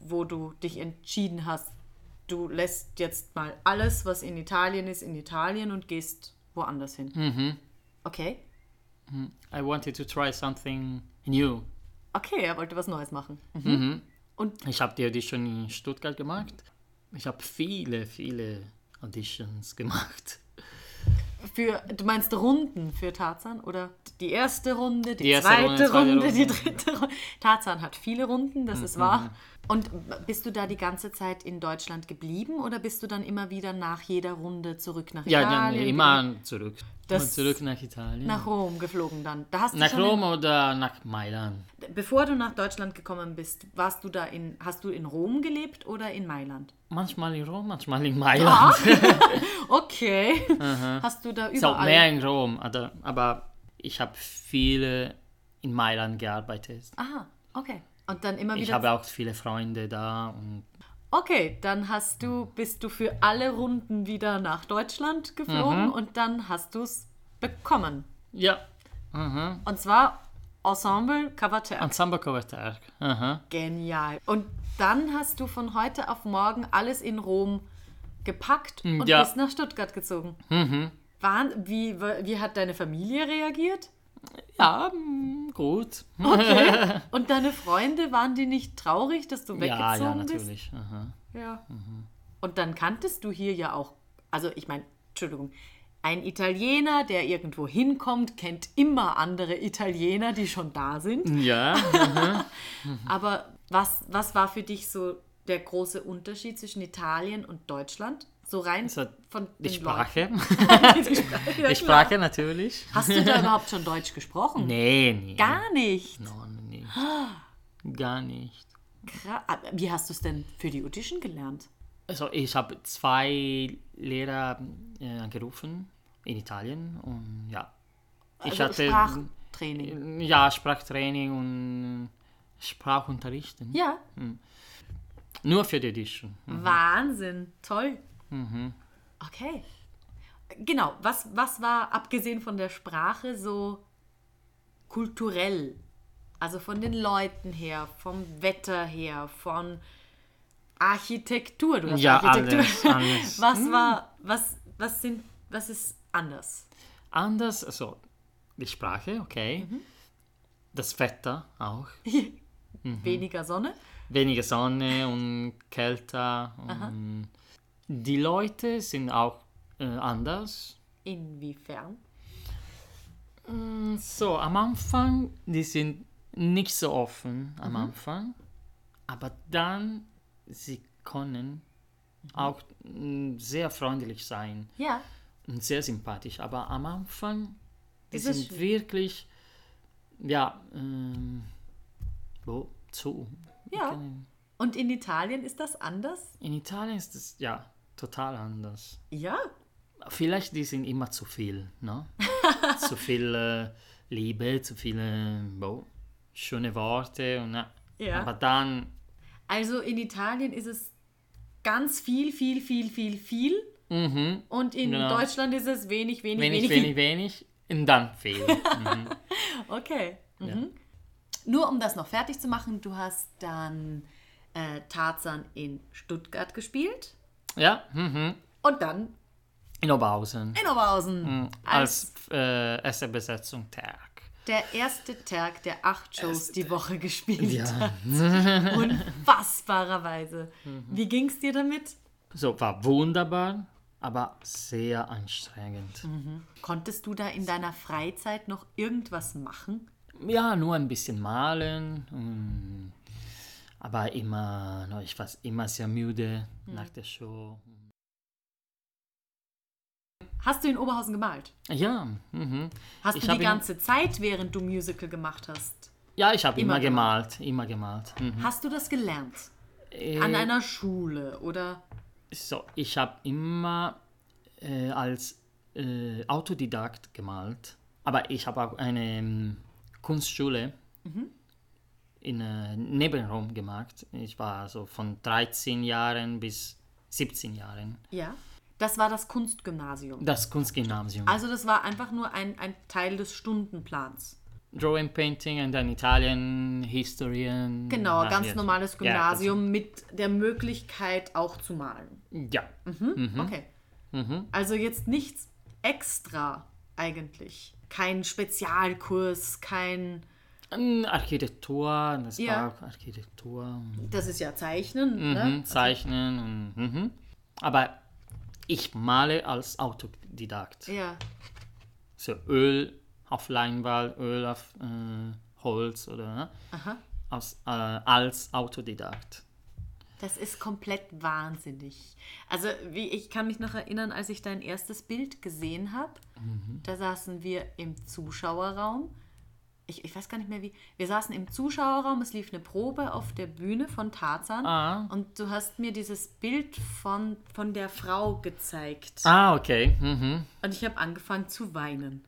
wo du dich entschieden hast, du lässt jetzt mal alles, was in Italien ist, in Italien und gehst woanders hin.
Mhm.
Okay.
I wanted to try something new.
Okay, er wollte was Neues machen.
Ich habe die Audition in Stuttgart gemacht. Ich habe viele, viele Auditions gemacht.
Für, du meinst Runden für Tarzan? Oder die erste Runde, die,
Die erste
zweite,
Runde, zweite
Runde,
Runde. Mhm.
die dritte Runde? Tarzan hat viele Runden, das ist wahr. Und bist du da die ganze Zeit in Deutschland geblieben oder bist du dann immer wieder nach jeder Runde zurück nach
Ja, dann
Italien? genau.
immer zurück.
Das-
Immer zurück nach Italien.
Nach Rom geflogen dann. Da hast du
nach
schon in-
Rom oder nach Mailand.
Bevor du nach Deutschland gekommen bist, warst du da in, hast du in Rom gelebt oder in Mailand?
Manchmal in Rom, manchmal in Mailand.
also Okay. Hast du da
Ist auch
überall?
mehr in Rom, aber, aber ich habe viele in Mailand gearbeitet.
Aha, okay. Und dann immer
Ich
wieder.
habe auch viele Freunde da und
okay, dann hast du, bist du für alle Runden wieder nach Deutschland geflogen
Mhm.
und dann hast du es bekommen.
ja,
Und zwar Ensemble Cavater.
ein Samba Kovatark. Aha.
Genial. Und dann hast du von heute auf morgen alles in Rom gepackt und
Hm, ja. Mhm.
bist nach Stuttgart gezogen. Wahn- wie, wie hat deine Familie reagiert?
Ja, mm, gut.
Und deine Freunde, waren die nicht traurig, dass du
Ja,
weggezogen
ja,
bist?
natürlich. Aha.
Ja. Mhm. Und dann kanntest du hier ja auch, also ich meine, Entschuldigung, ein Italiener, der irgendwo hinkommt, kennt immer andere Italiener, die schon da sind.
Ja,
Aber was, was war für dich so der große Unterschied zwischen Italien und Deutschland? So rein
Also,
von
die
den
Sprache.
Leuten. Die Sprache, ja,
Die
klar.
Sprache natürlich.
Hast du da überhaupt schon Deutsch gesprochen?
Nee, nee.
Gar nicht.
No, nicht. Gar nicht.
Kra- Aber Wie hast du es denn für die Audition gelernt?
Also ich habe zwei Lehrer äh, angerufen in Italien und ja. Ich
Also
hatte
Sprachtraining.
ja Sprachtraining und Sprachunterrichten.
Ja,
Nur für die Edition.
Wahnsinn, toll.
Mhm.
Okay. Genau, was, was war abgesehen von der Sprache so kulturell? Also von den Leuten her, vom Wetter her, von Architektur. Du hast
Ja,
Architektur.
alles, Mhm. alles.
Was war, was, was sind, was ist anders?
Anders, also die Sprache, okay.
Mhm.
Das Wetter auch. Mhm.
Weniger Sonne?
Weniger Sonne und kälter. Und die Leute sind auch äh, anders.
Inwiefern?
So, am Anfang, die sind nicht so offen am Anfang, aber dann, sie können auch mm, sehr freundlich sein
Ja,
und sehr sympathisch, aber am Anfang, die
Ist es
sind
schwierig.
wirklich, ja, ähm, wo, zu.
ja.
Genau.
Und in Italien ist das anders?
In Italien ist es, ja, total anders.
Ja.
Vielleicht die sind immer zu viel, ne? zu viel äh, Liebe, zu viele boh, schöne Worte. Und, äh,
Ja.
Aber dann,
Also in Italien ist es ganz viel, viel, viel, viel, viel. Und in
Genau.
Deutschland ist es wenig, wenig,
wenig,
wenig.
wenig, wenig, und dann viel.
Okay. Mhm. Nur um das noch fertig zu machen, du hast dann äh, Tarzan in Stuttgart gespielt
ja, mhm.
und dann
in Oberhausen.
in Oberhausen.
Mhm. Als äh, erste Besetzung Tag.
Der erste Tag, der acht Shows die Woche gespielt
Ja.
hat. Unfassbarerweise.
Mhm.
Wie ging es dir damit?
So, war wunderbar, aber sehr anstrengend.
Mhm. Konntest du da in deiner Freizeit noch irgendwas machen?
Ja, nur ein bisschen malen. Und, aber immer, no, ich war immer sehr müde
Mhm.
nach der Show.
Hast du in Oberhausen gemalt?
Ja, mhm.
Hast
Ich
du die
hab ihn-
ganze Zeit, während du Musical gemacht hast?
ja ich habe
Immer
immer, gemalt, immer gemalt. Mhm.
Hast du das gelernt?
Äh,
An einer Schule oder?
so, ich habe immer äh, als äh, Autodidakt gemalt, aber ich habe auch eine ähm, Kunstschule
Mhm.
in äh, Nebenraum gemacht. Ich war so von 13 Jahren bis 17 Jahren.
Ja. Das war das Kunstgymnasium.
Das Kunstgymnasium.
Also das war einfach nur ein, ein Teil des Stundenplans.
Drawing, Painting und dann Italien, History. and-
Genau,
Ah,
ganz
yes.
normales
Ja,
Gymnasium mit der Möglichkeit auch zu malen.
das- Ja, Mhm.
Okay. Also jetzt nichts extra eigentlich. Kein Spezialkurs, kein...
Mm, Architektur, das
Mhm. Ja.
war auch Architektur. und
ne? Das ist ja Zeichnen,
Mhm,
ne?
Zeichnen und mhm. Aber ich male als Autodidakt.
Ja.
So Öl auf Leinwand, Öl auf äh, Holz oder ne? Aus, äh, als Autodidakt.
Das ist komplett wahnsinnig. Also, wie ich kann mich noch erinnern, als ich dein erstes Bild gesehen habe,
Mhm.
da saßen wir im Zuschauerraum. Ich, ich weiß gar nicht mehr wie. Wir saßen im Zuschauerraum, es lief eine Probe auf der Bühne von Tarzan
Ah.
und du hast mir dieses Bild von, von der Frau gezeigt.
Ah, okay. Mhm.
Und ich habe angefangen zu weinen.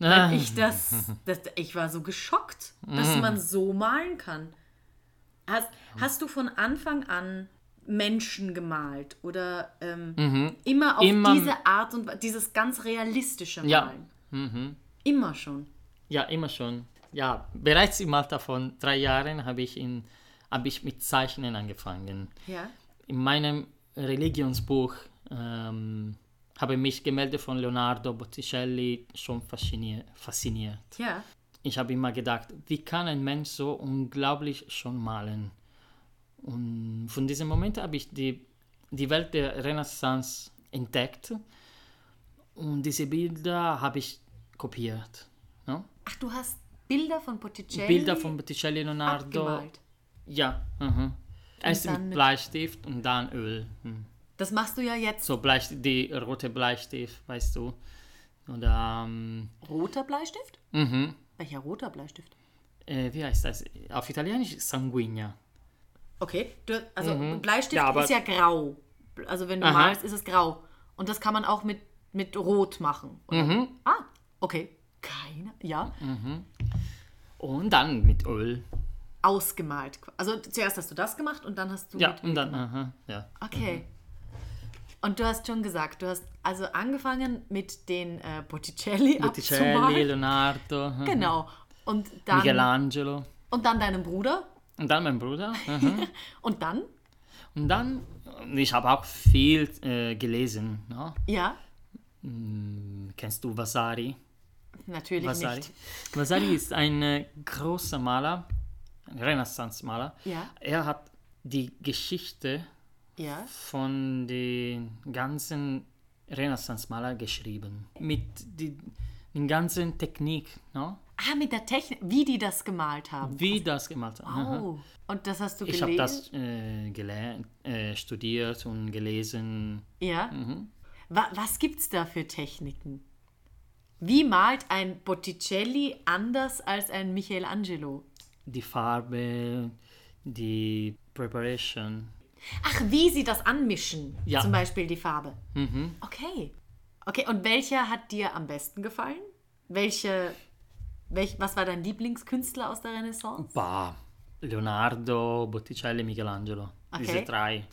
Ah.
Weil ich das, das. Ich war so geschockt,
Mhm.
dass man so malen kann. Hast, hast du von Anfang an Menschen gemalt oder ähm, immer auf
Mhm. Immer-
diese Art und Wa- dieses ganz realistische Malen?
Ja. Mhm.
Immer schon.
Ja, immer schon. Ja, bereits im Alter von drei Jahren habe ich, in- habe ich mit Zeichnen angefangen.
Ja.
in meinem Religionsbuch ähm, habe mich Gemälde von Leonardo Botticelli schon faszinier fasziniert.
Ja.
Ich habe immer gedacht, wie kann ein Mensch so unglaublich schon malen? Und von diesem Moment habe ich die, die Welt der Renaissance entdeckt und diese Bilder habe ich kopiert. Ne?
Ach, du hast Bilder von Botticelli
Bilder von Botticelli, Leonardo.
abgemalt.
Ja. Mhm. Erst
dann
mit
mit-
Bleistift und dann Öl. Mhm.
Das machst du ja jetzt.
So Bleistift, die rote Bleistift, weißt du. Oder, ähm,
Roter Bleistift?
Mhm.
Welcher roter Bleistift?
äh, wie heißt das? Auf Italienisch Sanguigna.
Okay, du, also Bleistift
Mhm. Ja, aber-
ist ja grau. Also wenn du
Aha.
malst, ist es grau. Und das kann man auch mit, mit Rot machen. oder?
Mhm.
Ah, okay. Keine, ja.
Und dann mit Öl.
Ausgemalt. Also zuerst hast du das gemacht und dann hast du...
Ja,
mit-
und dann, aha, ja.
Okay. Und du hast schon gesagt, du hast also angefangen mit den äh, Botticelli,
Botticelli,
abzumalen.
Leonardo, mhm.
Genau. Und dann,
Michelangelo.
und dann deinem Bruder.
Und dann mein Bruder. mhm.
Und dann,
und dann, und ich habe auch viel äh, gelesen. Ne?
ja,
Kennst du Vasari?
natürlich
Vasari.
nicht.
Vasari ist ein äh, großer Maler, ein Renaissance-Maler.
Ja.
Er hat die Geschichte
Ja,
von den ganzen Renaissance-Maler geschrieben. Mit die, den ganzen Technik, ne?
Ah, mit der Technik, wie die das gemalt haben.
wie das gemacht haben.
Oh. Und das hast du
Ich
gelesen?
habe das äh, gelernt, äh, studiert und gelesen.
Ja.
Mhm.
Wa was gibt's da für Techniken? Wie malt ein Botticelli anders als ein Michelangelo?
Die Farbe, die Preparation.
Ach, wie sie das anmischen.
Ja. Mhm.
Zum Beispiel die Farbe. Okay. Okay, und welcher hat dir am besten gefallen? Welche, welch, was war dein Lieblingskünstler aus der Renaissance?
Bah, Leonardo, Botticelli, Michelangelo.
Okay.
Diese drei.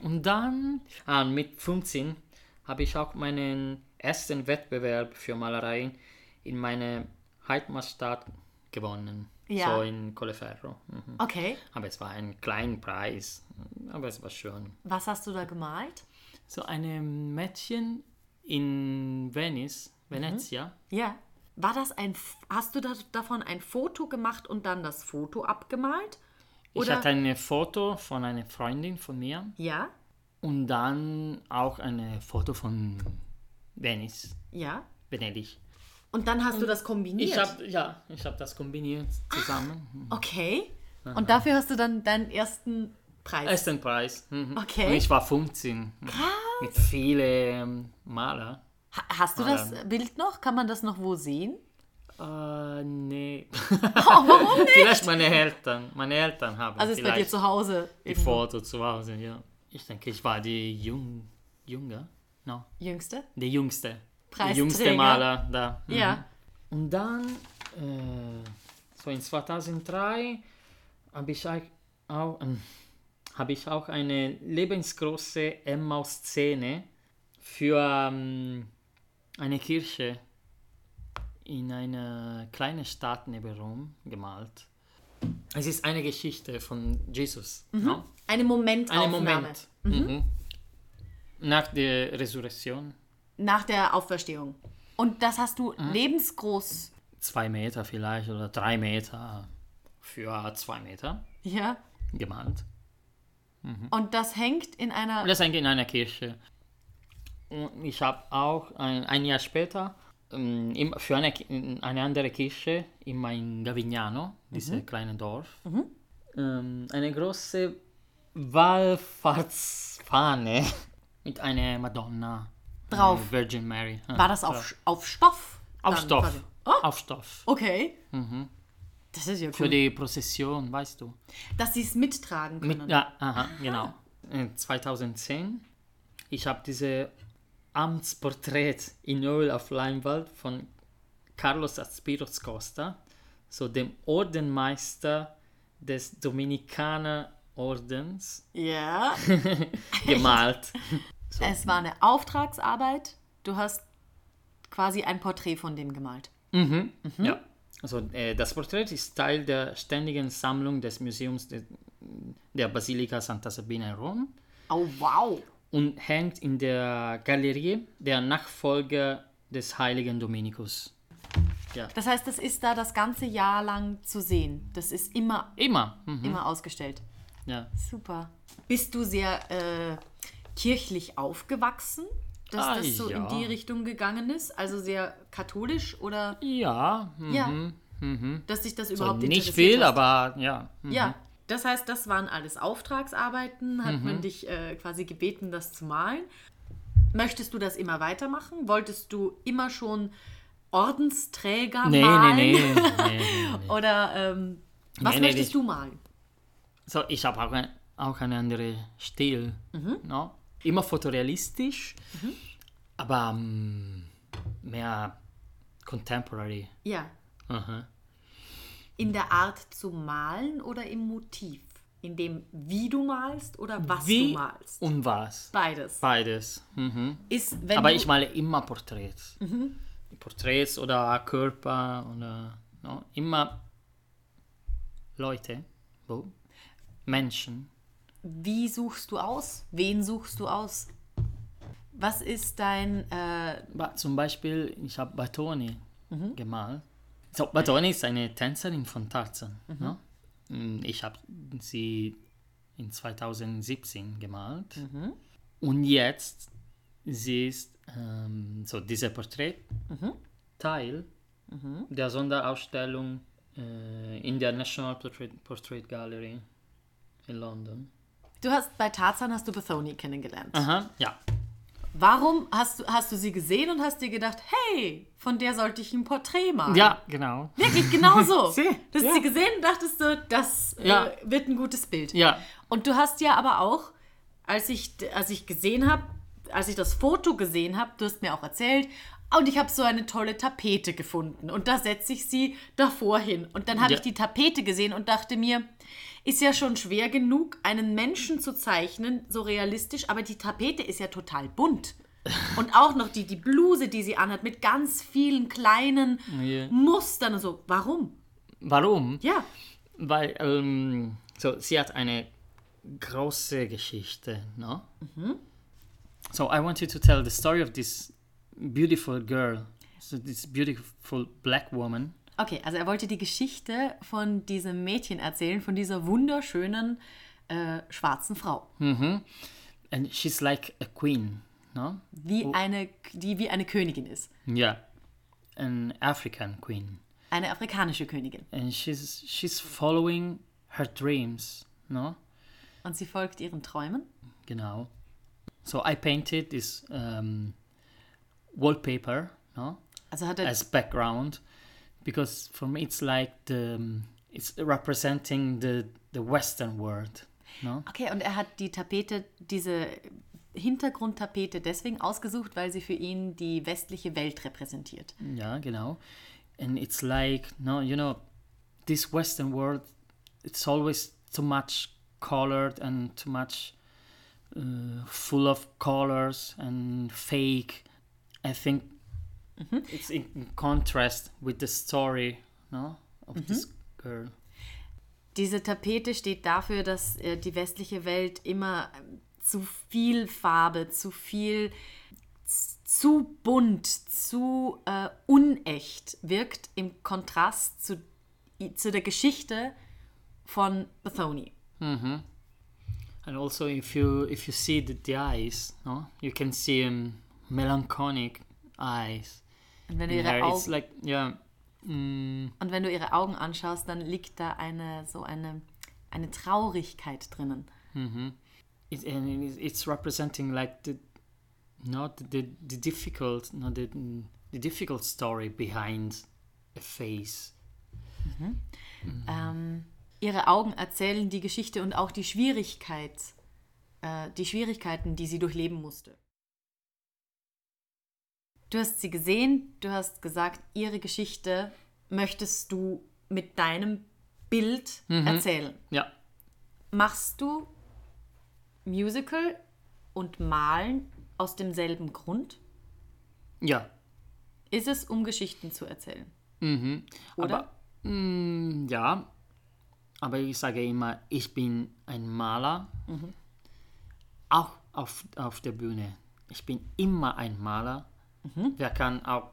Und dann, ah, mit 15, habe ich auch meinen ersten Wettbewerb für Malereien in meiner Heimatstadt gewonnen.
Ja.
So in Colleferro. Mhm.
Okay,
Aber es war ein kleiner Preis. Aber es war schön.
was hast du da gemalt?
So ein Mädchen in Venice,
Mhm.
Venezia.
Ja. War das ein, F- hast du da, davon ein Foto gemacht und dann das Foto abgemalt?
Ich
Oder-
hatte ein Foto von einer Freundin von mir.
Ja,
Und dann auch ein Foto von Venice,
ja.
Venedig.
Und dann hast du das kombiniert.
Ich habe ja, ich habe das kombiniert
Ah.
zusammen.
okay. Und dafür hast du dann deinen ersten Preis.
Ersten Preis. Mhm.
Okay.
Und ich war 15. Krass. Mit vielen Maler.
Ha hast du das Bild noch? Kann man das noch wo sehen?
Äh, nee.
Oh, warum nicht?
vielleicht meine Eltern. Meine Eltern haben
Also ist bei
vielleicht
dir zu Hause
die
irgendwo.
Foto zu Hause, ja. Ich denke, ich war die Jung, Junge. No,
jüngste?
der Jüngste. Der
Preisträger.
jüngste Maler da. Mhm.
Ja.
Und dann, äh, so in 2003, habe ich auch, auch, ähm, habe ich auch eine lebensgroße Emmaus-Szene für ähm, eine Kirche in einer kleinen Stadt neben Rom gemalt. Es ist eine Geschichte von Jesus.
Mhm.
No?
Eine
Ein
Momentaufnahme.
Moment. Mhm. Nach der Resurrektion.
Nach der Auferstehung. Und das hast du
Mhm.
lebensgroß.
zwei Meter vielleicht oder drei Meter für zwei Meter
Ja.
gemalt. Mhm.
Und das hängt in einer.
Und das hängt in einer Kirche. Und ich habe auch ein, ein Jahr später ähm, im- für eine, Ki- eine andere Kirche in mein Gavignano, dieses
Mhm.
kleine Dorf, ähm, eine große Wallfahrtsfahne mit einer Madonna.
Drauf.
einer Virgin Mary. ja.
War das auf, Sch- auf Stoff?
Auf
dann
Stoff.
quasi? Oh,
Auf Stoff.
okay. Das ist ja
Für
cool.
die Prozession, weißt du.
Dass sie es mittragen können.
Mit, ja, aha, genau. In 2010, ich habe diese Amtsporträt in Öl auf Leinwand von Carlos Aspiros Costa, so dem Ordenmeister des Dominikanerordens,
ja.
gemalt.
Es war eine Auftragsarbeit. Du hast quasi ein Porträt von dem gemalt.
Ja. Also äh, das Porträt ist Teil der ständigen Sammlung des Museums de, der Basilika Santa Sabina in Rom.
Oh, wow.
und hängt in der Galerie der Nachfolger des heiligen Dominikus.
Das heißt, das ist da das ganze Jahr lang zu sehen. Das ist immer,
Immer. Mhm.
immer ausgestellt.
Ja.
Super. Bist du sehr äh, kirchlich aufgewachsen? Dass
Ah,
das so
ja.
in die Richtung gegangen ist? Also sehr katholisch oder
Ja. hm.
ja, dass dich das
So,
überhaupt
Mhm. nicht
interessiert
viel,
hat?
aber ja. hm.
Ja, das heißt, das waren alles Auftragsarbeiten, hat
Mhm.
man dich äh, quasi gebeten, das zu malen. Möchtest du das immer weitermachen? Wolltest du immer schon Ordensträger
Nee, nee,
malen?
nee, nee, nee. nee.
Oder ähm, was
Nee, nee,
möchtest
nee.
du malen?
So, ich habe auch, ein, auch einen anderen Stil.
Mhm.
No? Immer fotorealistisch, aber ähm, mehr contemporary.
Ja,
Aha.
in der Art zu malen oder im Motiv? In dem, wie du malst oder was
Wie
du malst?
und was?
Beides.
Beides. Mhm.
Ist, wenn
Aber
du, Mhm.
ich male immer Porträts. Porträts oder Körper oder no? immer Leute, wo? Menschen.
wie suchst du aus? Wen suchst du aus? Was ist dein äh,
Ba- Zum Beispiel, ich habe Batoni gemalt. So, Batoni ist eine Tänzerin von Tarzan. No? Mm, Ich habe sie in 2017 gemalt. Und jetzt, sie ist ähm, so dieser Porträt Teil Mhm. der Sonderausstellung äh, in der National Portrait, Portrait Gallery in London.
Du hast bei Tarzan hast du Bethony kennengelernt.
Aha, ja.
Warum hast du, hast du sie gesehen und hast dir gedacht, hey, von der sollte ich ein Porträt machen?
Ja, genau.
Wirklich genau so.
Sie,
du hast
ja.
sie gesehen und dachtest du, das
Ja.
äh, wird ein gutes Bild.
Ja,
Und du hast ja aber auch, als ich, als ich gesehen habe, als ich das Foto gesehen habe, du hast mir auch erzählt, und ich habe so eine tolle Tapete gefunden. Und da setze ich sie davor hin. Und dann habe
Ja.
ich die Tapete gesehen und dachte mir, ist ja schon schwer genug, einen Menschen zu zeichnen, so realistisch, aber die Tapete ist ja total bunt. Und auch noch die, die Bluse, die sie anhat, mit ganz vielen kleinen
Ja.
Mustern und so. Warum?
warum?
Ja.
Weil ähm, so, sie hat eine große Geschichte, no? So I want you to tell the story of this beautiful girl, so this beautiful black woman.
Okay, also er wollte die Geschichte von diesem Mädchen erzählen, von dieser wunderschönen äh, schwarzen Frau,
And she's like a queen, no?
wie eine, die wie eine Königin ist.
Yeah. An African queen.
Eine afrikanische Königin.
and she's she's following her dreams no
Und sie folgt ihren Träumen.
genau so i painted this um, wallpaper no
Also hat er.
as background because for me it's like the um, it's representing the the western world no
okay, und er hat die Tapete, diese Hintergrundtapete deswegen ausgesucht, weil sie für ihn die westliche Welt repräsentiert.
yeah genau and it's like no you know this western world it's always too much colored and too much uh, full of colors and fake i think it's in in contrast with the story no of this girl
Diese Tapete steht dafür, dass äh, die westliche Welt immer ähm, zu viel Farbe, zu viel, z- zu bunt, zu äh, unecht wirkt im Kontrast zu, i- zu der Geschichte von Bethony.
and also if you if you see the, the eyes no you can see um, melancholic eyes.
Und wenn, du
in
ihre
her. It's
Augen,
like, yeah. Mm,
und wenn du ihre Augen anschaust, dann liegt da eine so eine, eine Traurigkeit drinnen.
it, and it is- it's representing like the not the the difficult not the the difficult story behind a face
Ähm, ihre Augen erzählen die Geschichte und auch die Schwierigkeit, äh, die Schwierigkeiten, die sie durchleben musste. Du hast sie gesehen, du hast gesagt, ihre Geschichte möchtest du mit deinem Bild erzählen.
yeah
Machst du Musical und Malen aus demselben Grund?
yeah
Ist es, um Geschichten zu erzählen?
mm-hmm.
Oder?
aber mm, ja aber ich sage immer ich bin ein Maler auch auf auf der Bühne ich bin immer ein Maler wer kann auch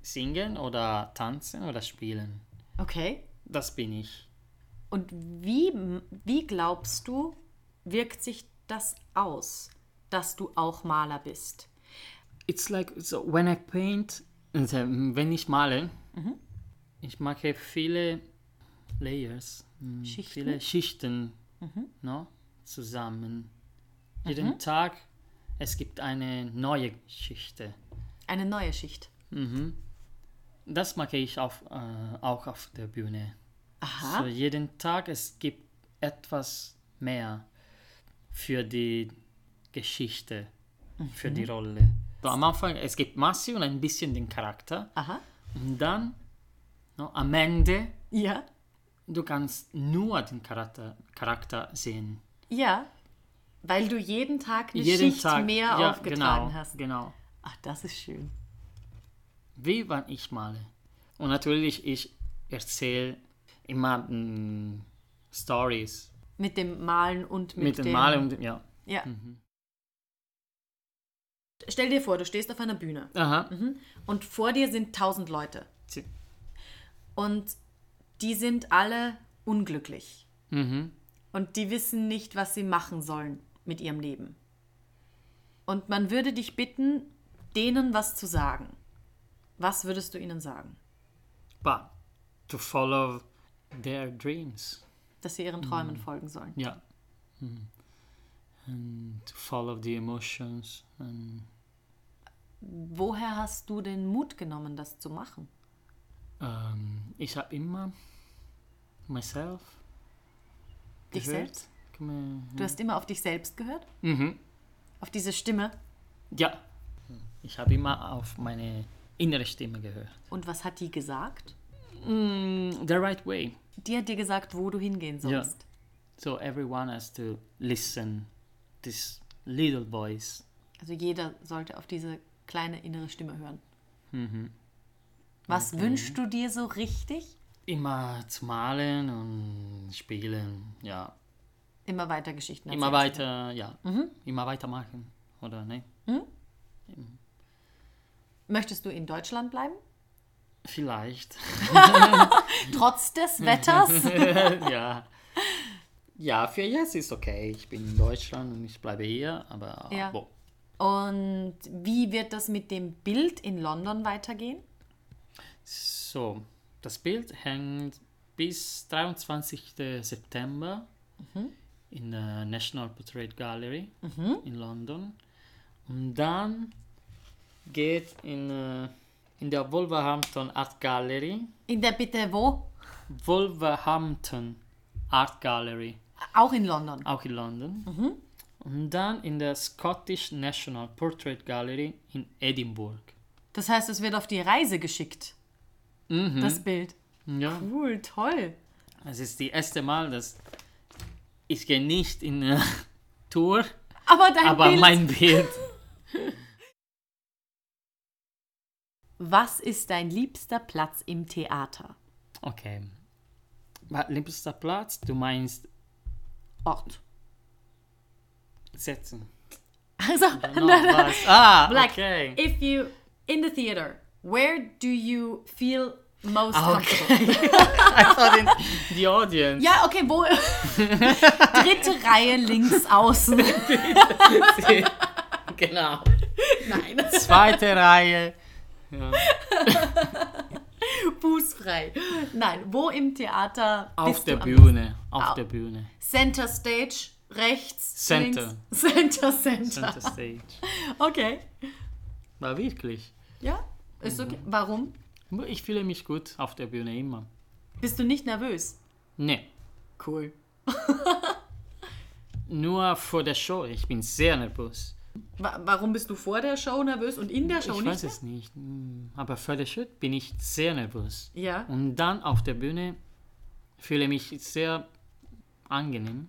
singen oder tanzen oder spielen
Okay.
das bin ich
Und wie, wie glaubst du, wirkt sich das aus, dass du auch Maler bist?
it's like so when I paint, also, wenn ich male, ich mache viele Layers, mm,
Schichten?
viele Schichten no, zusammen. Jeden Tag es gibt eine neue Geschichte.
Eine neue Schicht.
Das mache ich auf, äh, auch auf der Bühne.
Aha.
So jeden Tag es gibt etwas mehr für die Geschichte, für die Rolle. So, am Anfang es gibt Masse und ein bisschen den Charakter.
Aha.
Und dann, no, am Ende,
Ja.
du kannst nur den Charakter, Charakter sehen.
Ja. Weil du jeden Tag eine
Jeden
Schicht
Tag.
mehr
ja,
aufgetragen
genau,
hast.
Genau.
Ach, das ist schön.
Wie wann ich male. Und natürlich, ich erzähle immer mm, Stories
Mit dem Malen und mit,
mit,
dem
dem Malen. Mhm. und dem- Ja.
Ja. Stell dir vor, du stehst auf einer Bühne
Aha.
und vor dir sind tausend Leute
Sie-
und die sind alle unglücklich.
Mhm.
und die wissen nicht, was sie machen sollen mit ihrem Leben. Und man würde dich bitten, denen was zu sagen. Was würdest du ihnen sagen?
But to follow their dreams.
Dass sie ihren Träumen
Mhm.
folgen sollen.
Ja. Mhm. And to follow the emotions. And,
Woher hast du den Mut genommen, das zu machen?
ähm, ich habe immer myself
Dich
gehört.
selbst?
Kann man-
Du hast immer auf dich selbst gehört?
Mhm.
Auf diese Stimme?
Ja. Ich habe immer auf meine innere Stimme gehört.
Und was hat die gesagt?
Mm, the right way.
Die hat dir gesagt, wo du hingehen sollst.
So everyone has to listen this little voice.
Also jeder sollte auf diese kleine innere Stimme hören.
Mhm.
Was wünschst du dir so richtig?
Immer zu malen und spielen, ja.
Immer weiter Geschichten
Immer
erzählen.
weiter, ja. Immer weitermachen, oder ne?
Möchtest du in Deutschland bleiben?
Vielleicht.
Trotz des Wetters?
ja. Ja, für jetzt ist okay. Ich bin in Deutschland und ich bleibe hier, aber
Ja.
wo?
Und wie wird das mit dem Bild in London weitergehen?
So, das Bild hängt bis 23. September in der National Portrait Gallery in London. Und dann geht in, äh, in der Wolverhampton Art Gallery.
In der Bitte wo?
Wolverhampton Art Gallery,
Auch in London.
auch in London. Und dann in der Scottish National Portrait Gallery in Edinburgh.
Das heißt, es wird auf die Reise geschickt.
Mhm.
Das Bild.
Ja.
Cool, toll.
Es ist das erste Mal, dass ich gehe nicht in eine Tour,
Aber dein
aber
Bild.
mein Bild.
Was ist dein liebster Platz im Theater?
Okay. Wa- Liebster Platz, du meinst
Ort.
setzen.
Also,
No, was? Ah,
like,
okay.
if you in the theater, where do you feel most
Ah,
comfortable?
I thought in the audience.
Ja, okay, wo? Dritte Reihe links außen.
Genau.
Nein.
Zweite Reihe.
Fußfrei. Nein, wo im Theater
Auf
bist
der
du am-
Bühne. Auf
Au.
der Bühne.
Center Stage, rechts,
Center.
links. Center, Center.
Center Stage.
Okay.
War wirklich.
Ja,
Mhm.
ist okay. Warum?
Ich fühle mich gut auf der Bühne immer.
Bist du nicht nervös?
Nee.
Cool.
Nur vor der Show. Ich bin sehr nervös.
Wa warum bist du vor der Show nervös und in der Show
ich
nicht?
weiß es nicht. Hm, Aber vor der Show bin ich sehr nervös.
Ja.
Und dann auf der Bühne fühle ich mich sehr angenehm.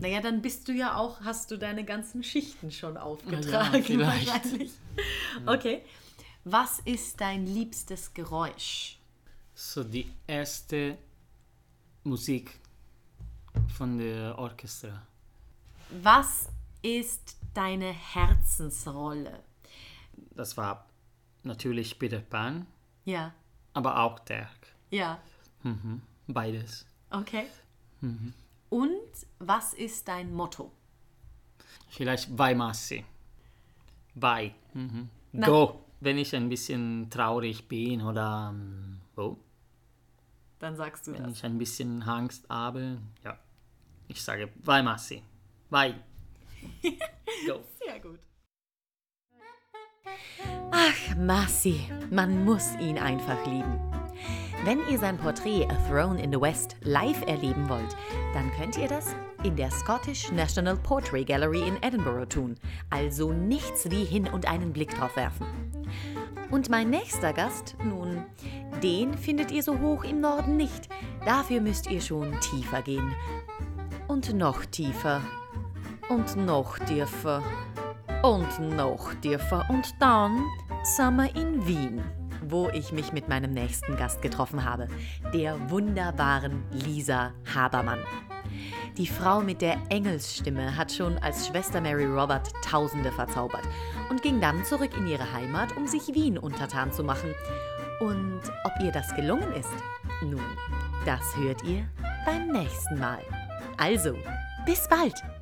Naja, dann bist du ja auch, hast du deine ganzen Schichten schon aufgetragen.
vielleicht. Mhm.
wahrscheinlich. Okay. Was ist dein liebstes Geräusch?
So die erste Musik von der Orchester.
Was ist deine Herzensrolle?
Das war natürlich Peter Pan,
Ja,
aber auch Dirk.
ja,
Beides.
okay. Und was ist dein Motto?
Vielleicht bei Massi. Bei. Mhm. Go. Wenn ich ein bisschen traurig bin oder ähm, oh,
Dann sagst du
wenn
das.
ich ein bisschen Angst habe, ja, ich sage bei Massi. Bei. Go.
Sehr gut.
Ach, Marcy, man muss ihn einfach lieben. Wenn ihr sein Porträt A Throne in the West live erleben wollt, dann könnt ihr das in der Scottish National Portrait Gallery in Edinburgh tun. Also nichts wie hin und einen Blick drauf werfen. Und mein nächster Gast, nun, den findet ihr so hoch im Norden nicht. Dafür müsst ihr schon tiefer gehen. Und noch tiefer. Und noch tiefer. Und noch tiefer. Und dann sind wir in Wien, wo ich mich mit meinem nächsten Gast getroffen habe, der wunderbaren Lisa Habermann. Die Frau mit der Engelsstimme hat schon als Schwester Mary Robert Tausende verzaubert und ging dann zurück in ihre Heimat, um sich Wien untertan zu machen. Und ob ihr das gelungen ist? Nun, das hört ihr beim nächsten Mal. Also, bis bald!